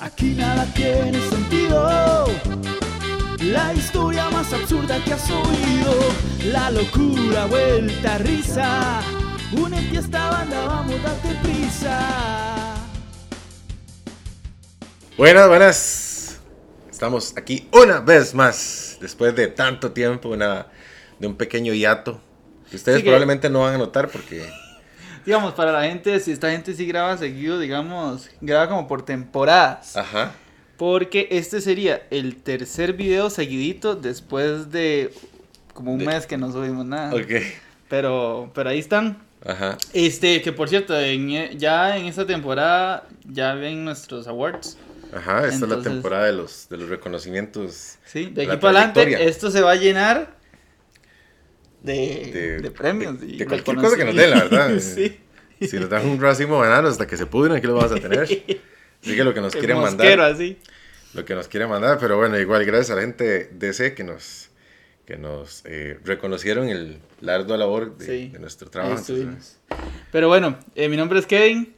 Aquí nada tiene sentido. La historia más absurda que has oído. La locura vuelta a risa. Únete a esta banda, vamos, date prisa. Buenas, buenas. Estamos aquí una vez más. Después de tanto tiempo, una- de un pequeño hiato. Que ustedes Sí que- probablemente no van a notar porque. Digamos, para la gente, si esta gente sí graba seguido, digamos, graba como por temporadas. Ajá. Porque este sería el tercer video seguidito después de como un De- mes que no subimos nada. Ok. Pero, pero ahí están. Ajá. Este, que por cierto, en e- ya en esta temporada ya ven nuestros awards. Ajá. Esta es la Entonces- temporada de los, de los reconocimientos. Sí, de La aquí para adelante trayectoria. esto se va a llenar de, De- de premios. de- y de cualquier cosa que nos den, la verdad. eh, sí. Si nos dan un racimo de banano hasta que se pudren, aquí lo vamos a tener. Así que lo que nos El quieren mosquero, mandar. así. Lo que nos quieren mandar, pero bueno, igual gracias a la gente de DC que nos, que nos eh, reconocieron el, la ardua labor de, Sí. de nuestro Ahí trabajo. Entonces, estuvimos. Este, Pero bueno, eh, mi nombre es Kevin.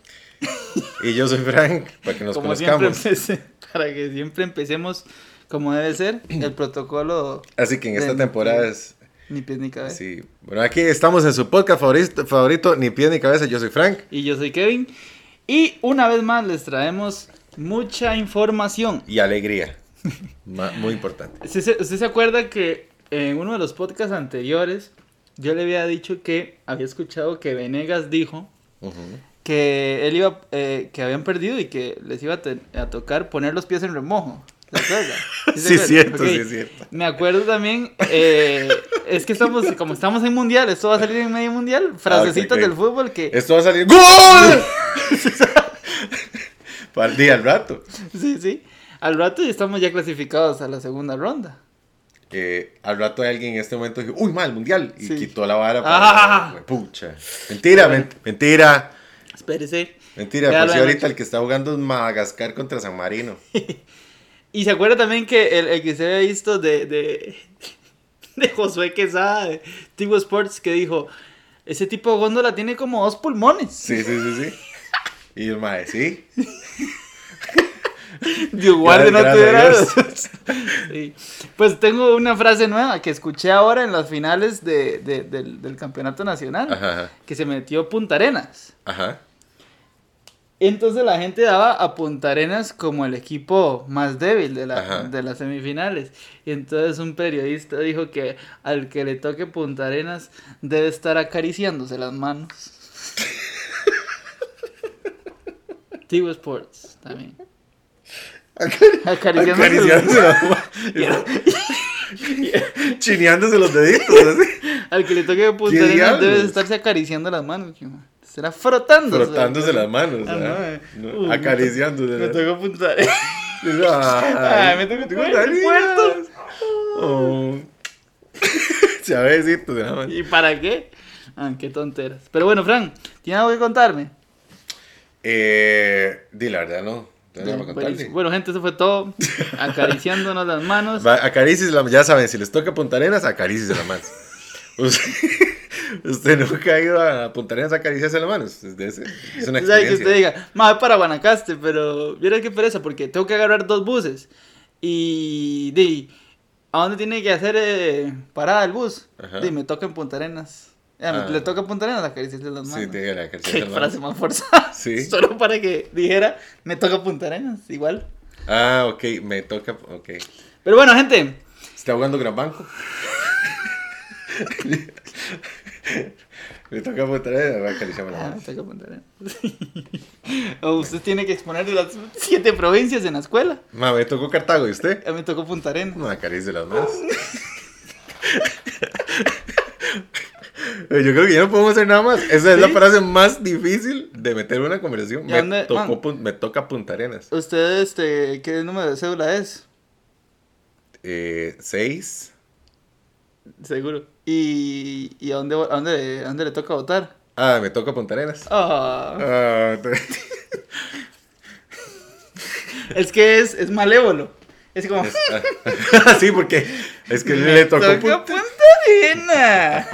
Y yo soy Frank, para que nos como siempre, conozcamos. empece- para que siempre empecemos como debe ser, el protocolo Así que en esta Ven. temporada es. ni pies ni cabeza. Sí. Bueno, aquí estamos en su podcast favorito, favorito Ni Pie ni Cabeza. Yo soy Frank. Y yo soy Kevin. Y una vez más les traemos mucha información. Y alegría. Ma- Muy importante. ¿Usted se, usted se acuerda que en uno de los podcasts anteriores yo le había dicho que había escuchado que Venegas dijo Ujú. que él iba eh, que habían perdido y que les iba a, te- a tocar poner los pies en remojo. ¿Se acuerda? Sí, se acuerda? cierto, Ok. sí, cierto. Me acuerdo también, eh, es que estamos, como estamos en mundial, esto va a salir en medio mundial, frasecitas Ah, ok. del fútbol que... Esto va a salir. ¡Gol! Para el día al rato. Sí, sí. Al rato ya estamos ya clasificados a la segunda ronda. Eh, al rato hay alguien en este momento dijo, uy, mal, mundial. Y Sí. quitó la vara. Ah. Para... Pucha. Mentira, men- mentira. Espérese. Mentira. Ya Por lo si han ahorita hecho. el que está jugando es Madagascar contra San Marino. Y se acuerda también que el, el que se había visto de, de, de Josué Quesada, de Tigo Sports, que dijo, ese tipo de góndola tiene como dos pulmones. Sí, sí, sí, sí. Y el mae, sí. Dios guarde, no Gracias, tuviera gracias a Sí. Pues tengo una frase nueva que escuché ahora en las finales de, de- del, del campeonato nacional, Ajá, ajá. que se metió Punta Arenas. Ajá. Entonces la gente daba a Punta Arenas como el equipo más débil de, Ajá. la, de las semifinales. Y entonces un periodista dijo que al que le toque Punta Arenas debe estar acariciándose las manos. Tigo Sports también. Acariciándose, los- Acariciándose la Chineándose los deditos. así. Al que le toque ¿Qué Punta Arenas diablos? debe estarse acariciando las manos. que ma- Será frotándose. Frotándose las manos. Ah, ¿verdad? no, eh. No, Uy, me Acariciándose. Me tocó Punta Arenas. Ay, Ay, me tocó puertos, puertos. Oh. Chavecitos, nada más. ¿Y para qué? Ah, qué tonteras. Pero bueno, Fran, ¿tiene algo que contarme? Eh, di la verdad, no. No Bien, nada para contarle. buenísimo. Bueno, gente, eso fue todo. Acariciándonos las manos. Va, acaricies la- ya saben, si les toca Punta Arenas, acaricies la mano. Usted, usted nunca ha ido a Punta Arenas a acariciarse la mano. Es, de ese- es una O sea, que experiencia. usted diga, más para Guanacaste, pero mira qué pereza, porque tengo que agarrar dos buses. Y di, ¿a dónde tiene que hacer eh, parada el bus? Ajá. Di, me toca en Punta Arenas. Ya, Ah. me, le toca en Punta Arenas acariciarle las manos. Sí, tiene que acariciarse Qué la frase mano. más forzada. Sí. Solo para que dijera, me toca Punta Arenas, igual. Ah, ok, me toca. Ok. Pero bueno, gente, ¿Está jugando Gran Banco? me toca Punta Arenas, voy a acariciarme la Ah, mano. me toca Punta Arenas. o usted tiene que exponer de las siete provincias en la escuela. Ma, me tocó Cartago, ¿y usted? A mí me tocó Punta Arenas. No, acaricie las manos. Yo creo que ya no podemos hacer nada más. Esa es la ¿Sí? frase más difícil de meter en una conversación. ¿Y Me, dónde, tocó man? pun- me toca Punta Arenas. ¿Usted, este, qué número de cédula es? Eh, seis. Seguro. ¿Y, y a, dónde, a, dónde, a dónde le toca votar? Ah, me toca Punta Arenas. Ah, Ah, te- es que es, es malévolo. Es como. ah, sí, porque es que le tocó Punta Punta Arenas.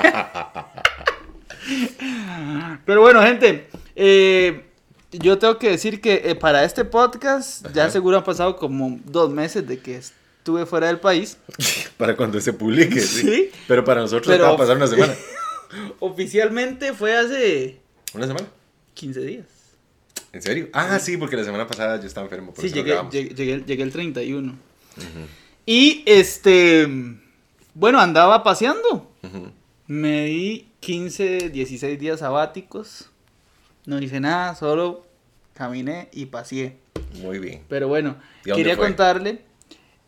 Pero bueno, gente. eh, Yo tengo que decir que eh, para este podcast ya Ajá. seguro han pasado como dos meses de que estuve fuera del país. Para cuando se publique, sí. Sí. Pero para nosotros Pero- acaba de pasar una semana. Oficialmente fue hace ¿Una semana? 15 días. ¿En serio? Ah, sí, porque la semana pasada yo estaba enfermo. por Sí, eso no llegué, grabamos. llegué, llegué- llegué el 31. Y este, bueno, andaba paseando. Ujú. Me di 15, 16 días sabáticos. No hice nada, solo caminé y paseé. Muy bien. Pero bueno, ¿Y a dónde quería fue? contarle.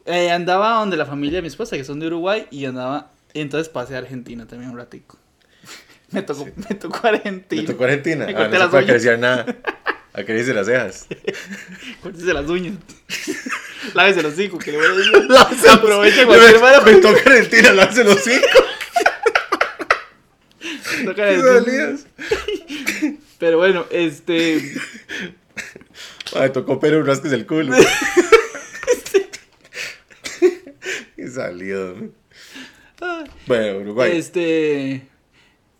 eh, andaba donde la familia de mi esposa, que son de Uruguay, y andaba. Entonces pasé a Argentina también un ratico. Me tocó, me tocó Argentina. Me tocó Argentina. Me Ah, corté no se las puede uñas. acariciar nada. Acariciar las cejas. Córtese las uñas. Lávese los hijos, que le voy a decir. Aproveche cualquier me, mala me tocó Argentina, lavarse los hijos. toca ¿Qué Argentina. salías? Pero bueno, este. Ah, me tocó Perú, rasques el culo. y salió. ¿no? ah, Bueno, Uruguay. Este.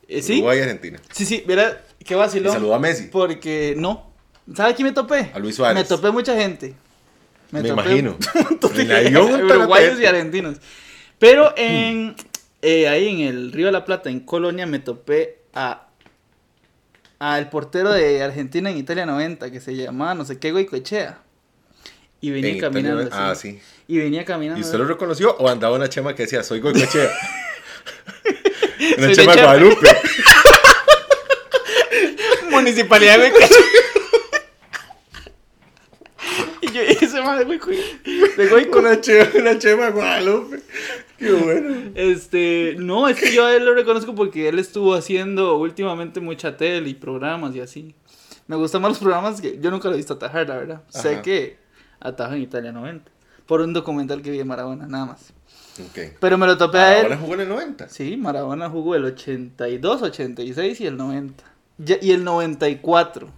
eh, sí, Uruguay, Argentina. sí, Pues, sí, mira, qué Y vacilón. saludó a Messi. Porque no. ¿Sabe quién me topé? A Luis Suárez. Me topé mucha gente. Me, topé imagino. Un montón de En avión, un uruguayos tarapete. y argentinos. Pero en eh, ahí en el Río de la Plata, en Colonia, me topé a al portero de Argentina en Italia 90, que se llamaba no sé qué Goicoechea. Y venía En Italia, caminando. ¿no? así. Ah. Ah, sí. Y venía caminando. ¿Y usted lo reconoció o andaba una chema que decía, soy Goicoechea? Soy una de chema de Chema. Guadalupe. Municipalidad de Goicoechea. y yo, ese madre Goicoechea. De Goico. una chema, una chema de Guadalupe. Qué bueno. Este, no, es que yo a él lo reconozco porque él estuvo haciendo últimamente mucha tele y programas y así. Me gustan más los programas que yo nunca lo he visto atajar, la verdad. Sé Ajá. que ataja en Italia 90 por un documental que vi de Maradona, nada más. Ok. Pero me lo topé a Ah, Ahora él. jugó en el 90. Sí, Maradona jugó el 82, 86 y el 90. Ya- Y el 94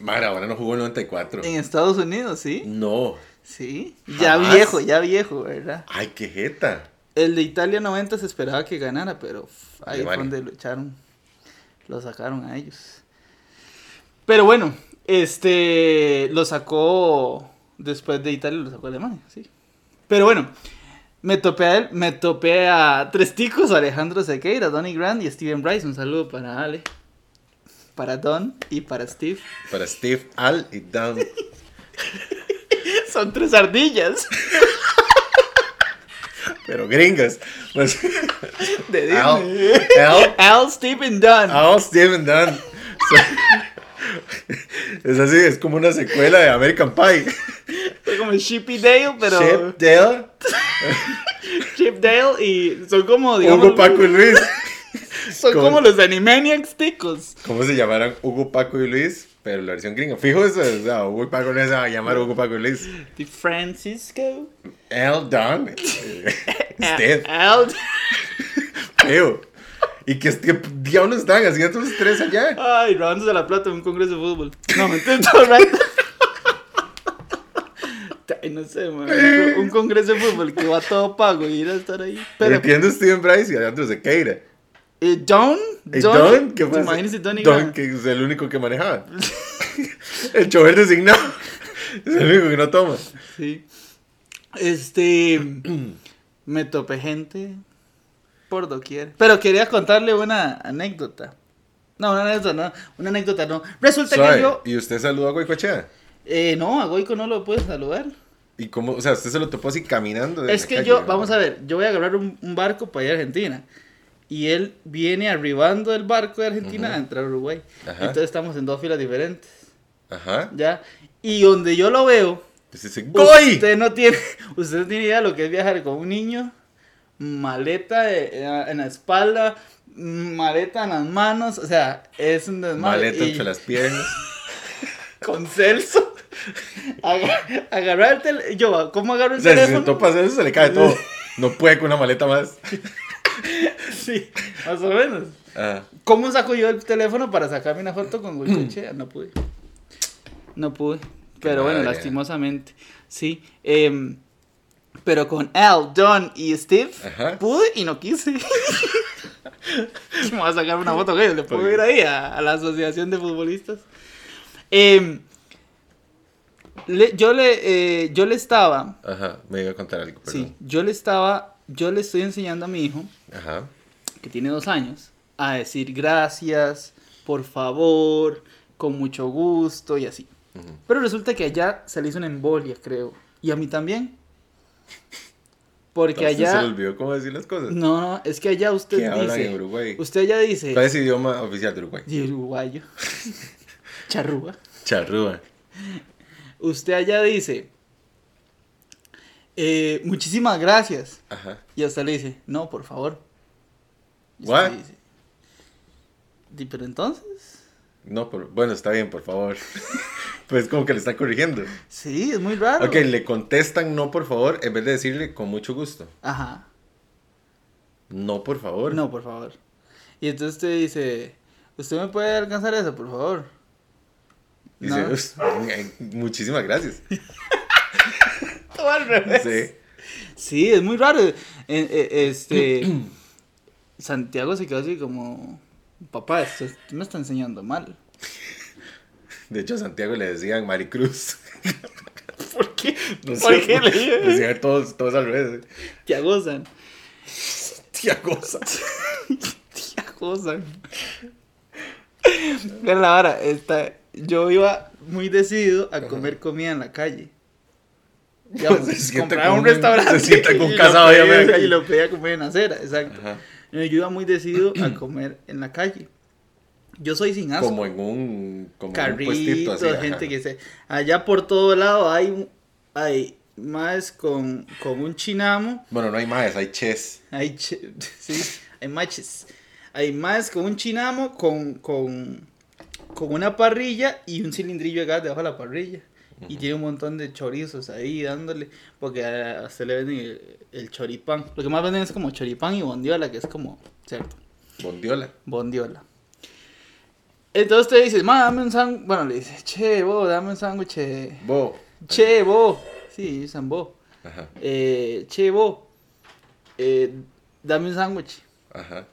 Mara, ahora no jugó en el 94. en Estados Unidos, ¿sí? No. Sí. Ya Jamás. viejo, ya viejo, ¿verdad? Ay, qué jeta. El de Italia 90 se esperaba que ganara, pero uf, ahí fue Alemania. donde lucharon. Lo sacaron a ellos. Pero bueno, este lo sacó después de Italia, lo sacó Alemania, sí. Pero bueno, me topé a él, me topé a tres ticos, Alejandro Sequeira, Donny Grant y Steven Bryce. Un saludo para Ale, para Don y para Steve. Para Steve, Al y Dan. Son tres ardillas Pero gringas. Pues, de Al, Disney. Al, Al, Steve y Don. Al, Steve and Dan. So- es así, es como una secuela de American Pie. Fue como Chip y Dale, pero... Chip, Dale, Chip Dale y son como, digamos, Hugo, Paco y Luis. son con- como los Animaniacs ticos. ¿Cómo se llamarán Hugo, Paco y Luis? Pero la versión gringa. Fijo eso. O sea, Hugo y Paco no se va a llamar Hugo, Paco y Luis. De Francisco. Al, Dan. eh, Steve. Al- Feo. ¿Y qué, qué diablos están haciendo los tres allá? Ay, robándose la plata en un congreso de fútbol. No, me entiendo, right? Ay, no sé, man. Un congreso de fútbol que va todo pago y ir a estar ahí. Pero Pero, entiendo a Steven Bryce y a Andrew Sequeira. eh, Don, ¿Y Don? ¿Qué ¿te pasa? imaginas si Don y Don, que es el único que manejaba. el chofer designado. Es el único que no toma. Sí. Este. me topé gente por doquier. Pero quería contarle una anécdota. No, una anécdota no. Una anécdota no. Resulta Suave, que yo. ¿Y usted saludó a Goicochea? Eh, no, a Goico no lo puedes saludar. ¿Y cómo? O sea, usted se lo topó así caminando. de Es la que calle, yo, ¿no? vamos a ver, yo voy a agarrar un, un barco para ir a Argentina. Y él viene arribando del barco de Argentina a entrar a Uruguay. Ajá. Entonces estamos en dos filas diferentes. Ajá. ¿Ya? Y donde yo lo veo, Usted dice, ¡Goy! Usted no tiene, usted no tiene idea de lo que es viajar con un niño, maleta de- en la espalda, maleta en las manos, o sea, es un desmadre. Maleta Y entre las piernas. Con Celso, aga- agarrar el teléfono, yo, ¿cómo agarro O el sea, si se teléfono? topa hacer eso, se le cae todo. No puede con una maleta más. Sí, más o menos. Ah, ¿Cómo saco yo el teléfono para sacarme una foto con Goicoechea? No pude. Mm. No pude. Pero bueno, madre. lastimosamente. Sí. em, pero con Al, Don y Steve Ajá. pude y no quise. Me voy a sacar una foto con ellos. Le puedo ir ahí a, a la asociación de futbolistas. Em, le- yo, le, eh, yo le estaba. Ajá, me iba a contar algo, Sí, perdón. yo le estaba. Yo le estoy enseñando a mi hijo, Ajá. que tiene dos años, a decir gracias, por favor, con mucho gusto y así. ujú. Pero resulta que allá se le hizo una embolia, creo. Y a mí también. Porque ¿A usted Se le allá. olvidó cómo decir las cosas. No, eh, no, es que allá usted ¿Qué hablan en dice. Uruguay? Usted allá dice. ¿Cuál es el idioma oficial de Uruguay? Y uruguayo. Charrúa. Charrúa. Usted allá dice. eh, muchísimas gracias. Ajá. Y hasta le dice, no, por favor. Y usted What? le dice, "Di, pero entonces? No, por- bueno, está bien, por favor. pues como que le están corrigiendo. Sí, es muy raro. Ok, le contestan no, por favor, en vez de decirle con mucho gusto. Ajá. No, por favor. No, por favor. Y entonces usted dice, ¿usted me puede alcanzar eso, por favor? Dice, No. "Ups, muchísimas gracias. Todo al revés. Sí. Sí, es muy raro. Eh, eh, este. Santiago se quedó así como. Papá, esto es- tú me está enseñando mal. De hecho, a Santiago le decían Maricruz. ¿Por qué? No ¿Por sé, qué le- Decían todos, todos al revés. ¿eh? Tiago San. Tiago San. Tiago San. Pero la vara, esta, yo iba muy decidido a comer comida en la calle. Digamos, Se sienta compraba con un un- restaurante. se sienta con y lo casa, pedía- obviamente. Y lo pedía comer en acera, exacto. Ajá. Yo iba muy decidido a comer en la calle. Yo soy sin asco. Como en un, como en un puestito carritos, así. ajá. gente que se... Allá por todo lado hay, un- hay más con, con un chinamo, Bueno, no hay más, hay chess. hay, che- sí, hay matches. Hay más con un chinamo, con, con, con una parrilla y un cilindrillo de gas debajo de la parrilla. Y tiene un montón de chorizos ahí dándole, porque a, a usted le venden el, el choripán. Lo que más venden es como choripán y bondiola, que es como, ¿cierto? Bondiola. Bondiola. Entonces te dices, ma, dame un sándwich. Bueno, le dices, che, bo, dame un sándwich. de- Bo. Che, bo. Sí, usan bo. Ajá. Eh, che, bo. eh, dame un sándwich. Ajá.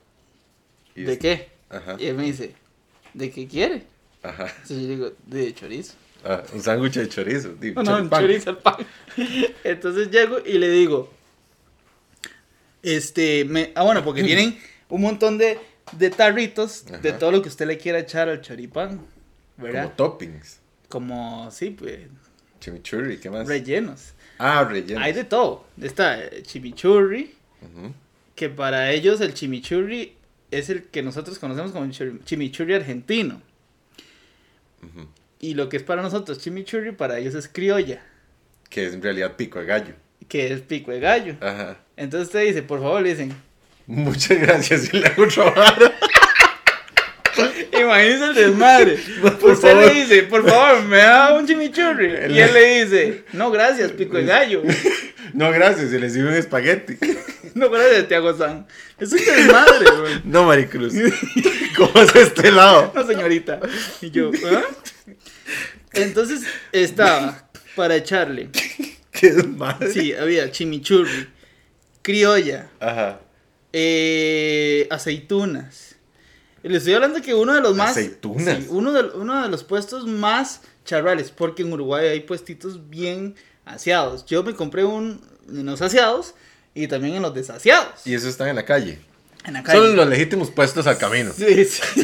Y ¿De es- Ah. qué? Ajá. Y él me dice, ¿de qué quiere? Ajá. Entonces yo digo, de chorizo. Ah, un sándwich de chorizo. di, No, no, un choripán. chorizo al pan. Entonces llego y le digo, este, me, ah, bueno, porque tienen un montón de, de tarritos de Ajá. todo lo que usted le quiera echar al choripán, ¿verdad? Como toppings. como sí, pues, Chimichurri, ¿qué más? rellenos. Ah, relleno. Hay de todo. Está eh, chimichurri, Ujú. que para ellos el chimichurri es el que nosotros conocemos como chir- chimichurri argentino. Ujú. Y lo que es para nosotros chimichurri, para ellos es criolla, Que es en realidad pico de gallo. que es pico de gallo. Ajá. Entonces te dice, por favor, le dicen, Muchas gracias, y le hago trabajar. imagínense el desmadre. por Usted favor. le dice, por favor, me da un chimichurri. Y él le dice, no, gracias, pico de gallo. No, gracias, y le sirve un espagueti. No, gracias, Tiago San. Es un desmadre, güey. No, Maricruz. ¿Cómo es este lado? No, señorita. Y yo, ¿ah? Entonces estaba para echarle. ¿Qué es madre? Sí, había chimichurri, criolla, Ajá. eh, aceitunas. Y Le estoy hablando que uno de los más. Aceitunas. Sí, uno, de, uno de los puestos más charrales, porque en Uruguay hay puestitos bien aseados. Yo me compré un en los aseados y también en los desaseados. Y eso está en la calle. En la calle. Son los legítimos puestos al camino. Sí, sí.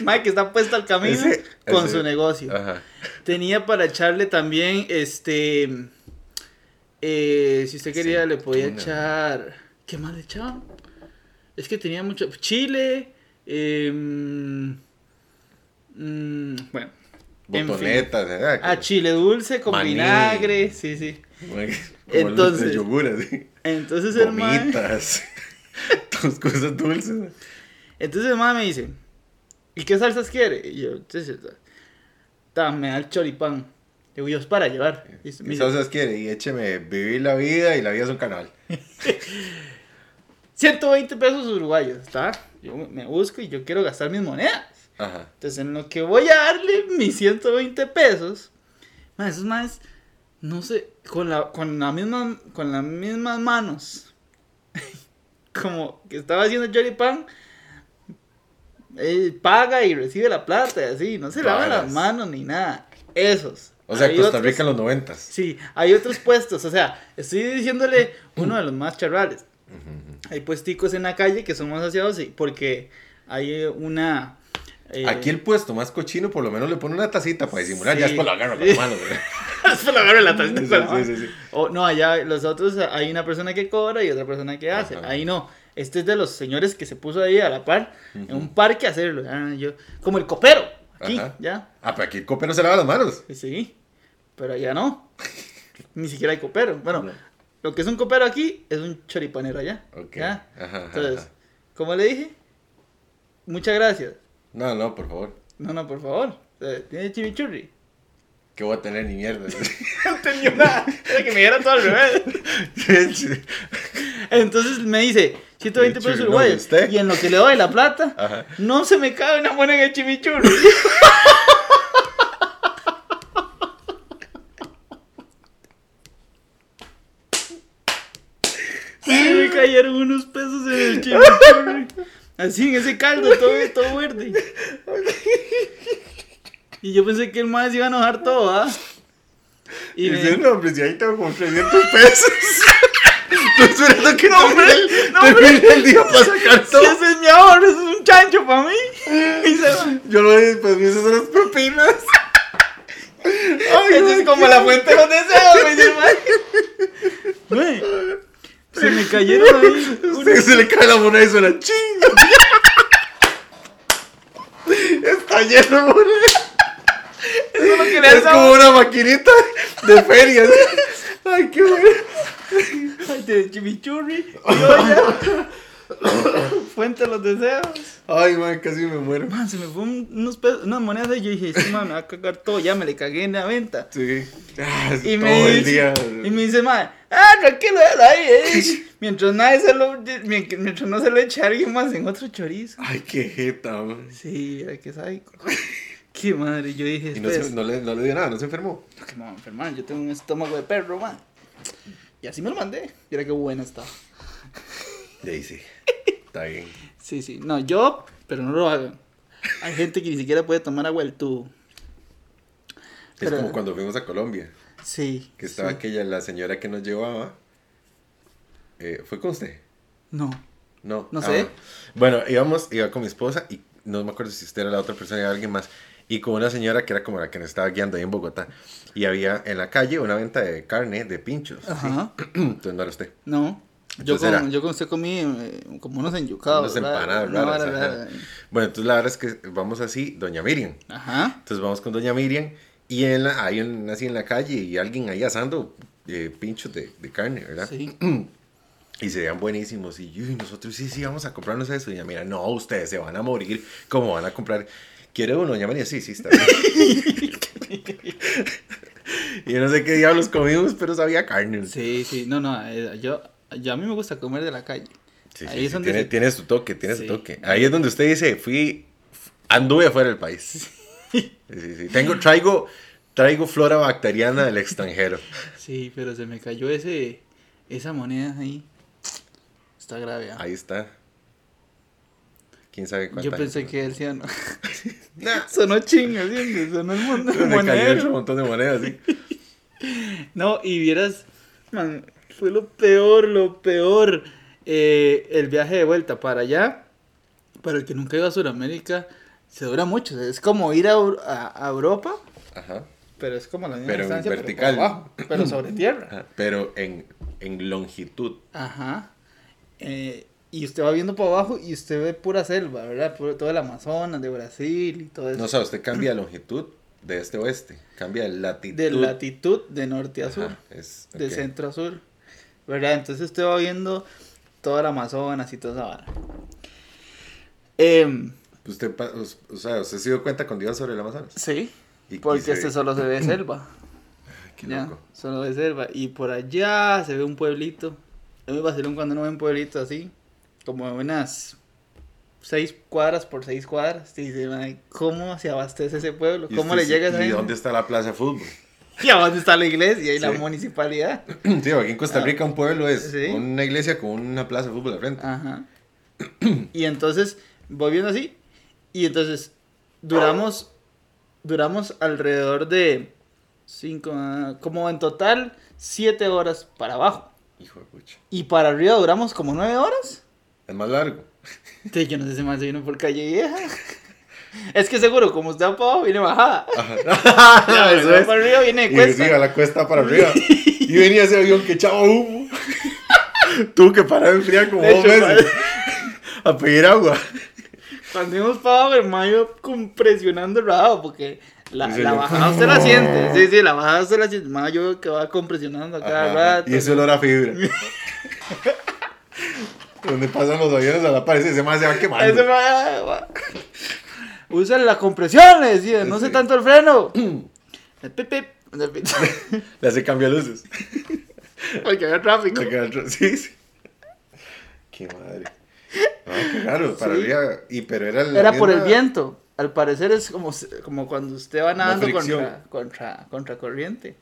Mike está puesto al camino Ese- con ese- su negocio. Ajá. Tenía para echarle también, este, eh, si usted quería le podía Aceituna. echar, ¿qué más le echaban? Es que tenía mucho, chile, eh, mm, bueno, en fin. Botonetas, ¿verdad? Ah, chile dulce con Maní. vinagre, sí, sí. Como los Entonces- de yogur, así. Entonces el mae, Gomitas. Tus cosas dulces. entonces el mae me dice, ¿y qué salsas quiere? Y yo, "Sí, sí, sí". Ta, me da el choripán. Le digo, yo es para llevar. Y me Mis dice, cosas quiere y écheme vivir la vida y la vida es un canal. 120 pesos uruguayos, ¿está? Yo me- me busco y yo quiero gastar mis monedas. Ajá. Entonces, en lo que voy a darle mis 120 pesos, más esos más, no sé, con la, con la misma, con las mismas manos, como que estaba haciendo Jolly Pan, él paga y recibe la plata y así, no se lava Varas. las manos ni nada. Esos. O sea, Hay Costa otros- Rica en los noventas. Sí, hay otros puestos, o sea, estoy diciéndole uno de los más charrales. Hay puesticos en la calle que son más aseados sí, porque hay una... eh, Aquí el puesto más cochino por lo menos le pone una tacita para disimular, Sí. ya después lo agarran Sí. las manos. güey. Se lo agarro en la tarjeta, Sí, se lo agarro. sí, sí, sí. O, no, allá los otros, hay una persona que cobra y otra persona que hace. Ajá. Ahí no. Este es de los señores que se puso ahí a la par, en un parque a hacerlo. Ah, yo, como el copero, aquí, Ajá. ya. Ah, pero aquí el copero se lava las manos. Y Sí, pero allá no. Ni siquiera hay copero. Bueno, No. lo que es un copero aquí es un choripanero allá. Ok. ¿ya? Ajá, ajá, Entonces, ajá. como le dije, muchas gracias. No, no, por favor. No, no, por favor. Eh, Tiene chimichurri. Que voy a tener ni mierda. No entendió nada. Era que me diera todo al revés. Entonces me dice, 120 pesos Chimichurri, ¿no? ¿Y uruguayos. usted? Y en lo que le doy la plata, Ajá. no se me cabe una moneda de chimichurri. Sí, me cayeron unos pesos en el chimichurri. Así, en ese caldo, todo, todo verde. Y yo pensé que el más iba a enojar todo, ¿ah? Y Y me- dice, no, hombre, si ahí tengo como 300 pesos. Estoy esperando que no, hombre, termine, no, hombre. termine el día para sacar Si todo. ese es mi ahorro, ese es un chancho para mí. Y se va. Yo lo dije, pues esas son las propinas. Ay, Esa no, es como qué- la fuente de los deseos, güey, dice, "Mae". Güey, Se me cayeron ahí. Usted se le cae la moneda y suena chingo. Está lleno de monedas. Eso no quería Es saber. como una maquinita de ferias. Ay, qué bueno. Ay, de chimichurri. y olla. Fuente de los deseos. Ay, man, casi me muero. Man, se me fue un- unos pesos, unas monedas y yo dije, sí, man, me va a cagar todo, ya me le cagué en la venta. Sí. Ah, Y todo me, el dice, día. y me dice, "Mae, ah, tranquilo, déjalo ahí, eh". Mientras nadie se lo, mien- mientras no se lo eche a alguien más en otro chorizo. Ay, qué jeta, man. Sí, era que sádico. Qué madre, yo dije, Y no, "Espera". se- no le, no le dio nada, no se enfermó. Que me voy a enfermar, yo tengo un estómago de perro, man. Y así me lo mandé. Mira qué buena está. De ahí sí. Está bien. Sí, sí. No, yo, pero no lo hagan. Hay gente que ni siquiera puede tomar agua del tubo. Es Pero- como cuando fuimos a Colombia. Sí. Que estaba sí. aquella, la señora que nos llevaba. Eh, ¿Fue con usted? No. No. No ah, sé. bueno. Bueno, íbamos, iba con mi esposa y no me acuerdo si usted era la otra persona o alguien más. Y con una señora que era como la que nos estaba guiando ahí en Bogotá. Y había en la calle una venta de carne, de pinchos. ¿sí? Ajá. Entonces no era usted. No. Yo Entonces con, era- yo con usted comí eh, como unos enyucados. Unas empanadas Una raras, vara ajá. rara. Bueno, entonces la verdad es que vamos así, doña Miriam. Ajá. Entonces vamos con doña Miriam y en la, hay un, así en la calle y alguien ahí asando eh, pinchos de, de carne, ¿verdad? Sí. Y se vean buenísimos. Y, yo, y nosotros sí, sí, vamos a comprarnos eso. Y ella, mira, no, ustedes se van a morir. ¿Cómo van a comprar? ¿Quiere uno? Doña María, sí, sí, está bien. y yo no sé qué diablos comimos, pero sabía carne. Sí, sí. No, no. eh, Yo, yo a mí me gusta comer de la calle. Sí, Ahí sí, es sí, donde tiene, se- tiene su toque, tiene Sí. su toque. Ahí es donde usted dice, fui, anduve afuera del país. Sí, sí, sí. Tengo, traigo, traigo flora bacteriana del extranjero. Sí, pero se me cayó ese, esa moneda ahí. Está grave. ¿ah? Ahí está. ¿Quién sabe cuánto? Yo pensé que él decía, no. Nah, Sonó chingo, ¿sí? Sonó el mon- me cayó monedero. un montón de monedas, sí. No, y vieras, man, fue lo peor, lo peor. eh, el viaje de vuelta para allá, para el que nunca iba a Sudamérica, se dura mucho. Es como ir a, Eu- a- a Europa, Ajá. pero es como la misma Pero en distancia, vertical. Pero, por abajo, pero sobre tierra. Ajá, Pero en, en longitud. Ajá. Eh, y usted va viendo para abajo y usted ve pura selva, ¿verdad? Puro- todo el Amazonas, de Brasil y todo eso. No, o sea, usted cambia de longitud de este a oeste. Cambia de latitud. de latitud de norte a sur. Ajá, es- de ok. centro a sur, ¿verdad? Entonces usted va viendo toda la Amazonas y toda esa vara. Em, Pues Usted, pa- os- o sea, usted se dio cuenta cuando iba sobre el Amazonas. sí, Y- y porque se este ve- solo se ve selva, Qué ya, loco. solo ve selva. Y por allá se ve un pueblito. Es muy vacilón cuando uno ve un pueblito así, como unas seis cuadras por seis cuadras. Y dice, "Mae, ¿cómo se abastece ese pueblo? Y ¿Cómo usted le sí- llega a esa ¿Y gente? dónde está la plaza de fútbol? ¿Y a dónde está la iglesia y la Sí. municipalidad? Sí, aquí en Costa Rica un pueblo es Ah. Sí. una iglesia con una plaza de fútbol al frente. Ajá. Y entonces voy viendo así Y entonces duramos, duramos alrededor de 5, como en total 7 horas para abajo. Hijo de pucha. Y para arriba duramos como 9 horas. Es más largo. Entonces yo no sé si más se vino por calle vieja. Es que seguro, como usted para abajo, viene bajada. Ajá. Si va para arriba viene de Y cuesta. decía, la cuesta para arriba. Y venía ese avión que echaba humo. Tuvo que parar de enfriar como De dos hecho, veces. A pedir agua. Cuando íbamos para abajo, el mayo iba como presionando el rabo, porque la, En serio. la bajada usted la siente. Sí, sí, la bajada usted la siente. El mayo que va compresionando a cada Ajá. rato. Y ese olor a fibra. Donde pasan los aviones a la par, ese más se va quemando. Ese mae, va- Usa la compresión, le decía, no sé Sí. tanto el freno. El pip, pip. El pip. Le hace cambio luces. Porque había tráfico. Se queda atrás. Sí, sí. Qué madre. Ah, qué raro. Para Sí. arriba. Y pero era la Era por el misma- viento. Al parecer es como, se- como cuando usted va nadando fricción. contra, contra, contra corriente.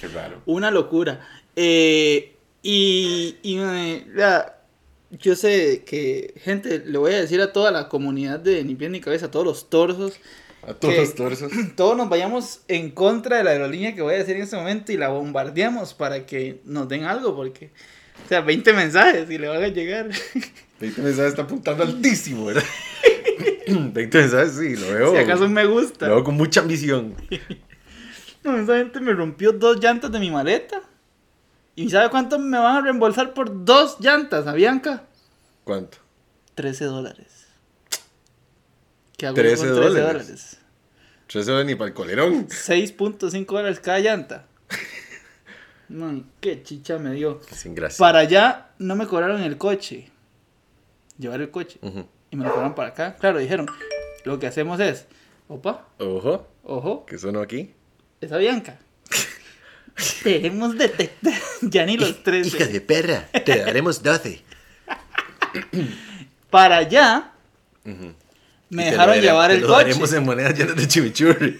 Qué raro. Una locura. Eh, y y, eh, la- yo sé que, gente, le voy a decir a toda la comunidad de Ni Pie Ni Cabeza, a todos los torsos, A todos ¿Qué? los torsos. todos nos vayamos en contra de la aerolínea que voy a decir en este momento y la bombardeamos para que nos den algo, porque, o sea, 20 mensajes y le van a llegar. 20 mensajes está apuntando altísimo, ¿verdad? 20 mensajes, sí, lo veo. si acaso un me gusta. Lo veo con mucha ambición. No, esa gente me rompió dos llantas de mi maleta. ¿Y sabe cuánto me van a reembolsar por dos llantas, a Bianca? ¿Cuánto? 13 dólares. ¿Qué hago 13 con dólares. 13 horas ni para el colerón. 6.5 dólares cada llanta. Man, qué chicha me dio. Sin gracia. Para allá no me cobraron el coche. Llevar el coche. Ujú. Y me lo cobraron para acá. Claro, dijeron, lo que hacemos es, opa, Ojo, ojo, que sonó aquí. esa Bianca. Tenemos detectar ya ni los 13. perra, te daremos 12. Para allá me dejaron llevar el lo coche. daremos en monedas llenas de chimichurri.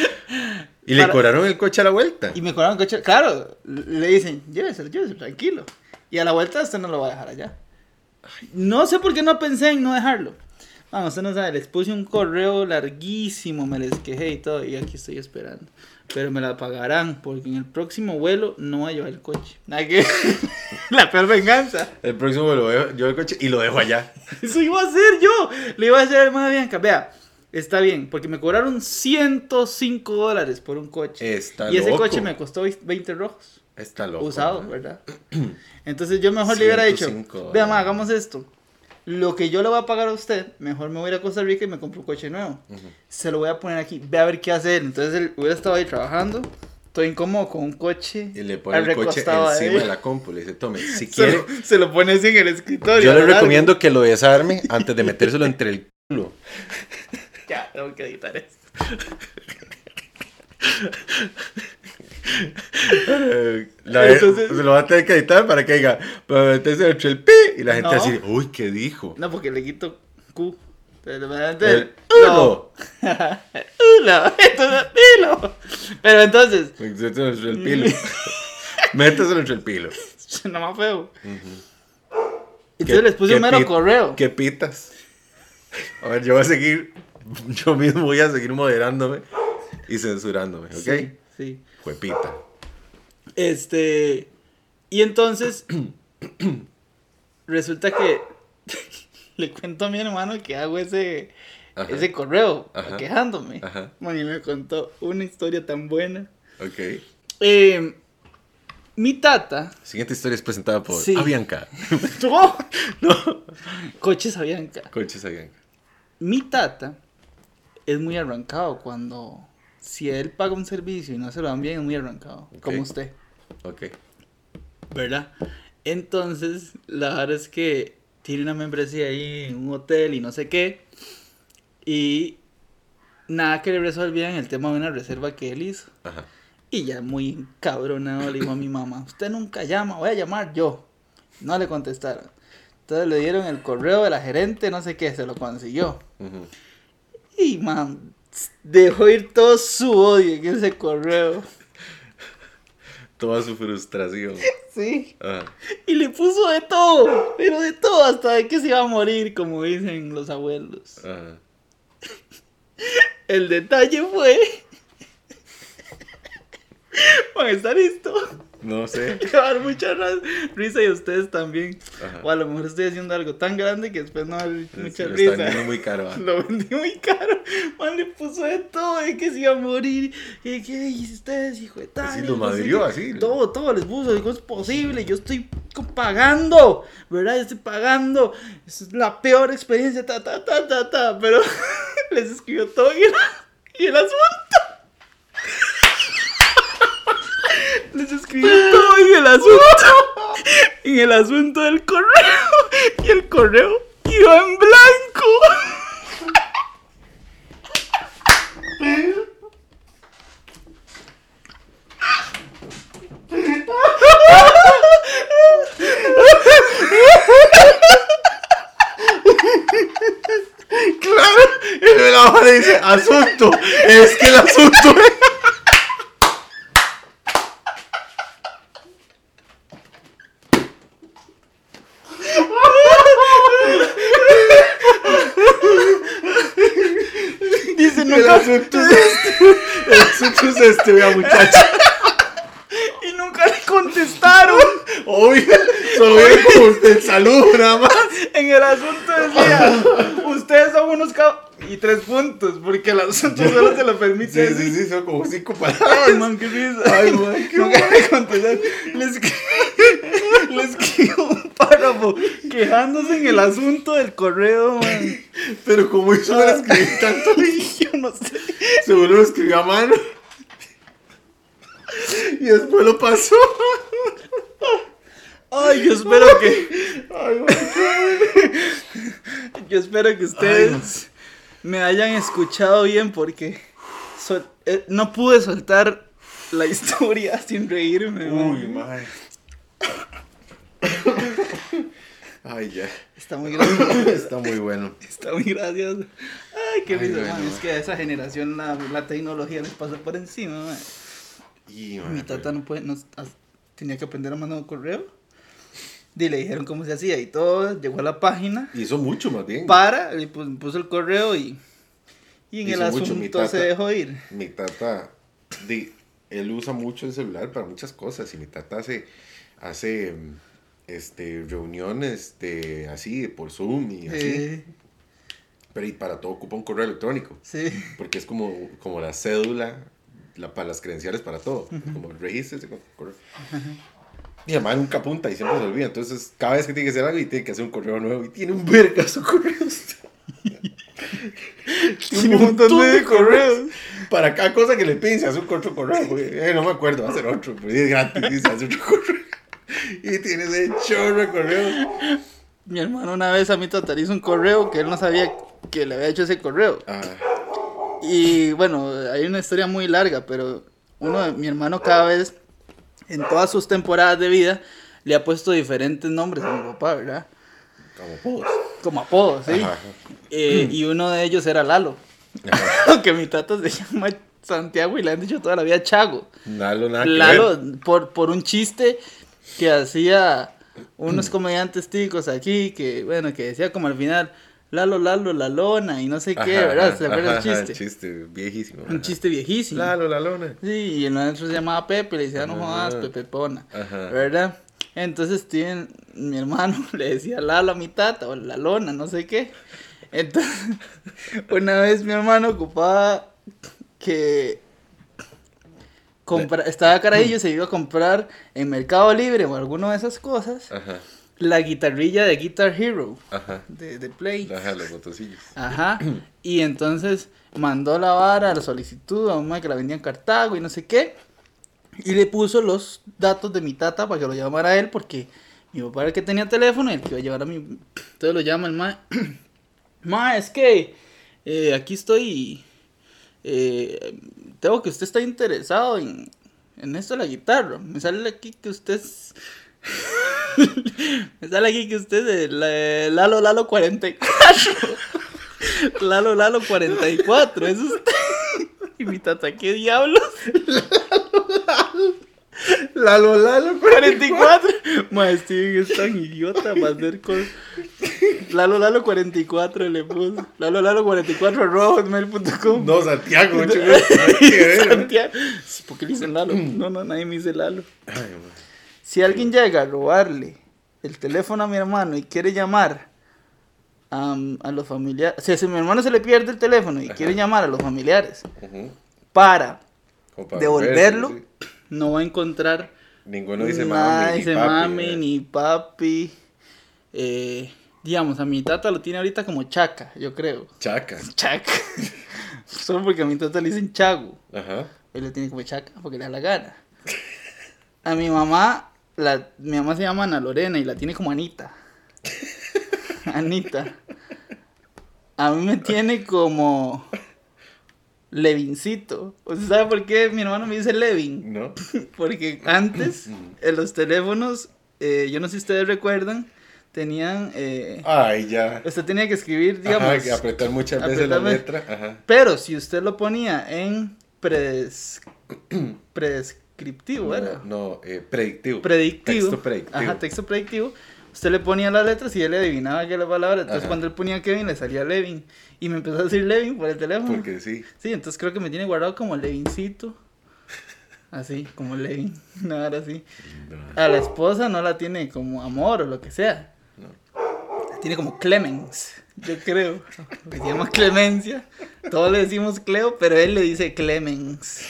y le Para- cobraron el coche a la vuelta. Y me cobraron el coche. Claro, le dicen, lléveselo, lléveselo, tranquilo. Y a la vuelta usted no lo va a dejar allá. No sé por qué no pensé en no dejarlo. Vamos, usted no sabe, les puse un correo larguísimo, me les quejé y todo, y aquí estoy esperando. Pero me la pagarán, porque en el próximo vuelo no va a llevar el coche. Nada que- la peor venganza. El próximo lo dejo, yo el coche y lo dejo allá. Eso iba a hacer yo. Le iba a hacer a más Bianca. Vea, está bien, porque me cobraron 105 dólares por un coche. Está y ese loco. coche me costó 20 rojos Está loco. usado, ¿verdad? Entonces yo mejor le hubiera dicho, 105 vea, ma, dólares. hagamos esto. Lo que yo le voy a pagar a usted, mejor me voy a ir a Costa Rica y me compro un coche nuevo. Se lo voy a poner aquí, ve a ver qué hace él. Entonces él hubiera estado ahí trabajando, estoy incómodo con un coche. Y le pone el coche recostado a encima él. de la compu. Le dice, tome, si se, quiere, lo, se lo pone así en el escritorio. Yo a lo le largo. recomiendo que lo desarme antes de metérselo entre el culo. Ya, tengo que editar esto. Eh, La vez- Entonces- se lo va a tener que editar para que diga, para meterse entre el pi. Y la gente No. así, uy, ¿qué dijo? No, porque le quito Q. Entonces, le voy a meter El no. uno. Uno. Entonces, dilo. Pero entonces, Méteselo entre el pilo. Mm. Méteselo entre el pilo. Nada más feo. ¿Qué- Entonces les puse qué un mero pit- correo. ¿Qué pitas? A ver, yo voy a seguir, yo mismo voy a seguir moderándome y censurándome, ¿ok? Sí, sí. Juepita. Este. Y entonces. resulta que. le cuento a mi hermano que hago ese. Ajá. Ese correo. Ajá. Quejándome. Ajá. Man, y me contó una historia tan buena. Ok. Eh, mi tata. Siguiente historia es presentada por Sí. Avianca. no. Coches a Bianca. Coches Avianca. Mi tata es muy arrancado cuando si él paga un servicio y no se lo dan bien es muy arrancado, Ok. como usted, Ok. ¿verdad? Entonces, la verdad es que tiene una membresía ahí en un hotel y no sé qué y nada que le resolvían el tema de una reserva que él hizo. Ajá. Y ya muy cabronado le dijo a mi mamá, usted nunca llama, voy a llamar yo. No le contestaron. Entonces le dieron el correo de la gerente, no sé qué, se lo consiguió. Ujú. Y man, dejó ir todo su odio en ese correo. Toda su frustración. Sí. Ajá. Y le puso de todo, pero de todo, hasta de que se iba a morir, como dicen los abuelos. Ajá. El detalle fue. Van a estar listo. No sé. Le va a dar mucha ra- risa y a ustedes también. Ajá. O a lo mejor estoy haciendo algo tan grande que después no va a haber mucha Se lo risa. están vendiendo muy caro. ah. Lo vendí muy caro. Man, le puso de todo, de que se iba a morir. Y que "Ay, ustedes, hijo de tal. Así y Pues lo no sé madrió, qué". así. Todo, todo les puso. Digo, es posible. Yo estoy co- pagando, ¿verdad? Yo Estoy pagando. Es la peor experiencia, ta, ta, ta, ta, ta. Pero les escribió todo y el, y el asunto. Les escribió todo en el asunto. En el asunto del correo. Y el correo iba en blanco. Claro. Y luego la hoja dice, asunto. Es que el asunto Dice, El nunca, asunto es este. El asunto es este, vea, muchacho. y nunca le contestaron. Obvio. Solo viene como el saludo, nada más. En el asunto decía, ustedes son unos cab... Y tres puntos, porque el asunto solo se lo permite Sí, decir. sí, sí, son como cinco Ay, palabras. man, qué risa. Ay, man, qué Nunca le contestaron. Les, les escribo un párrafo quejándose en el asunto del correo, man. Pero como hizo para escribir tanto, Yo no sé. seguro lo escribió a mano. Y después lo pasó. Ay, yo espero que... Ay, man. Yo espero que ustedes me hayan escuchado bien porque sol- eh, no pude soltar la historia sin reírme. man. Uy, man. Ay, ya. Está muy gracioso. Está muy bueno. Está muy gracioso. Ay, qué Ay, risa, bueno, man. Es man. que a esa generación la, la tecnología les pasó por encima. man. Y, Mi man, tata no puede, no- as- tenía que aprender a mandar un correo. Y le dijeron cómo se hacía y todo. Llegó a la página. Hizo mucho más bien. Para, le pu- puso el correo y, y en el Hizo mucho mi asunto se tata. dejó ir. Mi tata, di- él usa mucho el celular para muchas cosas y mi tata hace, hace mm, este, reuniones de, así, por Zoom y así. Eh, Pero y para todo ocupa un correo electrónico, sí. porque es como, como la cédula, la, para las credenciales para todo, como regístrese con correo. Mi mamá nunca apunta y siempre se olvida, entonces cada vez que tiene que hacer algo y tiene que hacer un correo nuevo y tiene un verga su correo. Tiene un montón de correos. Para cada cosa que le piden se hace un corto correo. güey. Eh, no me acuerdo, va a ser otro, pero es gratis y se hace otro correo. Y tiene ese chorro de correo. Mi hermano una vez a mí Tatar hizo un correo que él no sabía que le había hecho ese correo. Ah, Y bueno, hay una historia muy larga, pero uno de mi hermano cada vez, en todas sus temporadas de vida, le ha puesto diferentes nombres a mi papá, ¿verdad? como todos. Como apodos, ¿sí? Ajá. Eh, y uno de ellos era Lalo. Ajá. que mi tata se llama Santiago y le han dicho toda la vida Chago. Lalo, nada que ver. Lalo, por, por un chiste que hacía unos Mm. comediantes ticos aquí, que bueno, que decía como al final, Lalo, Lalo, la lona, y no sé qué, Ajá, ¿verdad? ¿Se acuerda el ajá, ajá, chiste? chiste viejísimo. Un ajá. chiste viejísimo. Lalo, la lona. Sí, y el nuestro se llamaba Pepe, le decía, no jodas, Ajá. Pepe Pona, Ajá. ¿verdad? Entonces Steven, mi hermano, le decía Lalo a mi tata, o la lona, no sé qué. Entonces, una vez mi hermano ocupaba que compra- estaba carajillo, se iba a comprar en Mercado Libre o alguna de esas cosas, Ajá, la guitarrilla de Guitar Hero, ajá. de, de Play. Ajá, los botoncillos. Ajá. Y entonces mandó la vara, la solicitud a una que la vendía en Cartago y no sé qué. Y le puso los datos de mi tata para que lo llamara él porque mi papá era el que tenía teléfono y el que iba a llevar a mi... Entonces lo llama el ma... ma, es que eh, aquí estoy... eh, tengo que usted está interesado en, en esto de la guitarra. Me sale aquí que usted es... Me sale aquí que usted es el, eh, Lalo Lalo 44. Lalo Lalo 44, es usted. Y mi tata, ¿qué diablos? Lalo, Lalo, 44. Mae, Steven es tan idiota para hacer cosas. Lalo Lalo 44 le puso. Lalo Lalo 44 arroba hotmail.com. No, Santiago, no, chico, nada que ver, ¿no? Santiago. ¿Por qué le dicen Lalo? No, no, nadie me dice Lalo. Ay, man. Si alguien llega a robarle el teléfono a mi hermano y quiere llamar a, a los familiares, si a mi hermano se le pierde el teléfono y Ajá. quiere llamar a los familiares Ujú. para Como para devolverlo, volver, sí, sí. no va a encontrar Ninguno dice nada, mami, dice ni papi, eh. mami, ¿verdad? ni papi. Eh, digamos, a mi tata lo tiene ahorita como chaca, yo creo. Chaca. Chaca. Solo porque a mi tata le dicen chago. Ajá. Él le tiene como chaca porque le da la gana. A mi mamá, la, mi mamá se llama Ana Lorena y la tiene como Anita. Anita. A mí me tiene como Levincito. ¿Usted sabe por qué mi hermano me dice Levin? ¿No? Porque antes en los teléfonos, eh, yo no sé si ustedes recuerdan, tenían... eh, Ay, ya. usted tenía que escribir, digamos... Ajá, que apretar muchas veces la apretarme. letra. Ajá. Pero si usted lo ponía en pres- prescriptivo, ¿era? No, no, eh, predictivo. Predictivo. Texto predictivo. Ajá, texto predictivo. Usted le ponía las letras y él le adivinaba qué era la palabra. Entonces Ajá. cuando él ponía Kevin le salía Levin. Y me empezó a decir Levin por el teléfono. Porque sí. Sí, entonces creo que me tiene guardado como Levincito. Así, como Levin. Nada así. A la esposa no la tiene como amor o lo que sea. La tiene como Clemens, yo creo. Porque se llama Clemencia. Todos le decimos Cleo, pero él le dice Clemens.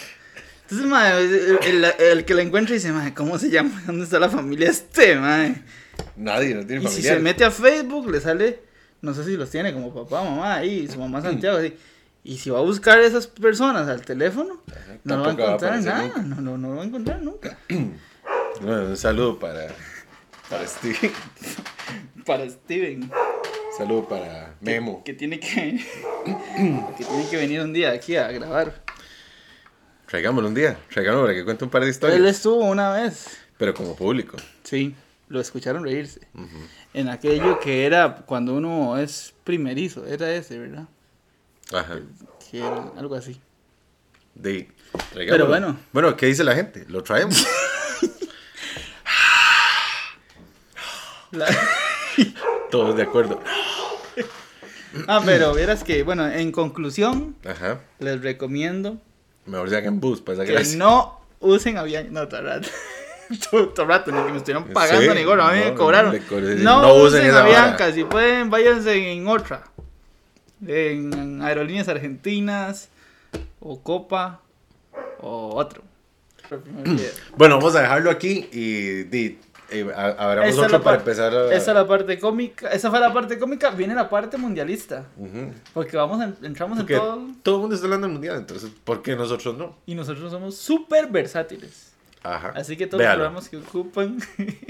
Entonces, mae, el, el- el que la encuentra dice, mae, ¿cómo se llama? ¿Dónde está la familia este, mae? Nadie, no tiene Y si familia. se mete a Facebook, le sale, no sé si los tiene como papá, mamá, ahí, su mamá Santiago, así. Y si va a buscar a esas personas al teléfono, no lo va a tampoco va a encontrar aparecer nada, nunca. no, no, no lo va a encontrar nunca. Bueno, un saludo para, para Steve. Para Steven, saludo para Memo. que tiene que, que tiene que venir un día aquí a grabar. Traigámoslo un día. Traigámoslo para que cuente un par de Él historias. estuvo una vez. Pero como público. Sí, lo escucharon reírse. En aquello que era cuando uno es primerizo, era ese, ¿verdad? Ajá. Que era algo así. De, traigámoslo. Pero bueno. Bueno, ¿qué dice la gente? Lo traemos. La- Todos de acuerdo. Ah, pero vieras que, bueno, en conclusión, Ajá. les recomiendo Mejor se hagan bus para esa que gracia. no usen avión. No, Torrato. Torrato, ni que me estuvieron pagando Sí, ni gorro. A mí no, me cobraron. le cobré- No, no usen usen esa Avianca. vara. Si pueden, váyanse en otra. En, en Aerolíneas Argentinas, o Copa, o otro. Bueno, vamos a dejarlo aquí y, di, eh, a- abramos Esa es otro la para par- empezar a... Esa es la parte cómica. Esa fue la parte cómica. Viene la parte mundialista. Ujú. Porque vamos en- entramos Porque en todo. todo el mundo está hablando del mundial, entonces, ¿por qué nosotros no? Y nosotros somos súper versátiles. Ajá. Así que todos Véalo. los programas que ocupan.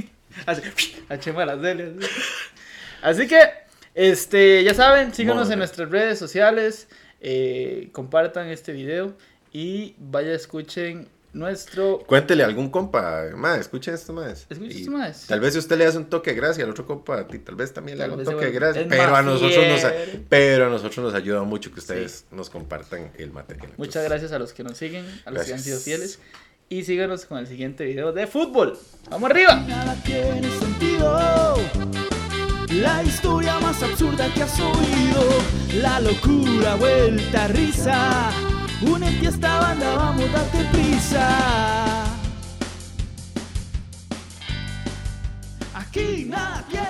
así, a Chema las deles. Así que, este, ya saben, síganos Muy bien. en nuestras redes sociales, eh, compartan este video y vaya, escuchen nuestro. Cuéntele a algún compa, más, escuchen esto más. Escuchen esto, maes. Tal vez si usted le hace un toque de gracia al otro compa, a ti, tal vez también le Tal haga un vez se toque de vuelve- gracia. es Pero a, más nosotros nos, a- fiel. pero a nosotros nos ayuda mucho que ustedes nos compartan el material. Muchas Entonces, gracias a los que nos siguen, a los que han Gracias. sido fieles. Y síganos con el siguiente video de fútbol. ¡Vamos arriba! nada tiene sentido. La historia más absurda que has oído, la locura vuelta a risa. Únete a esta banda, vamos, date prisa. Aquí nada tiene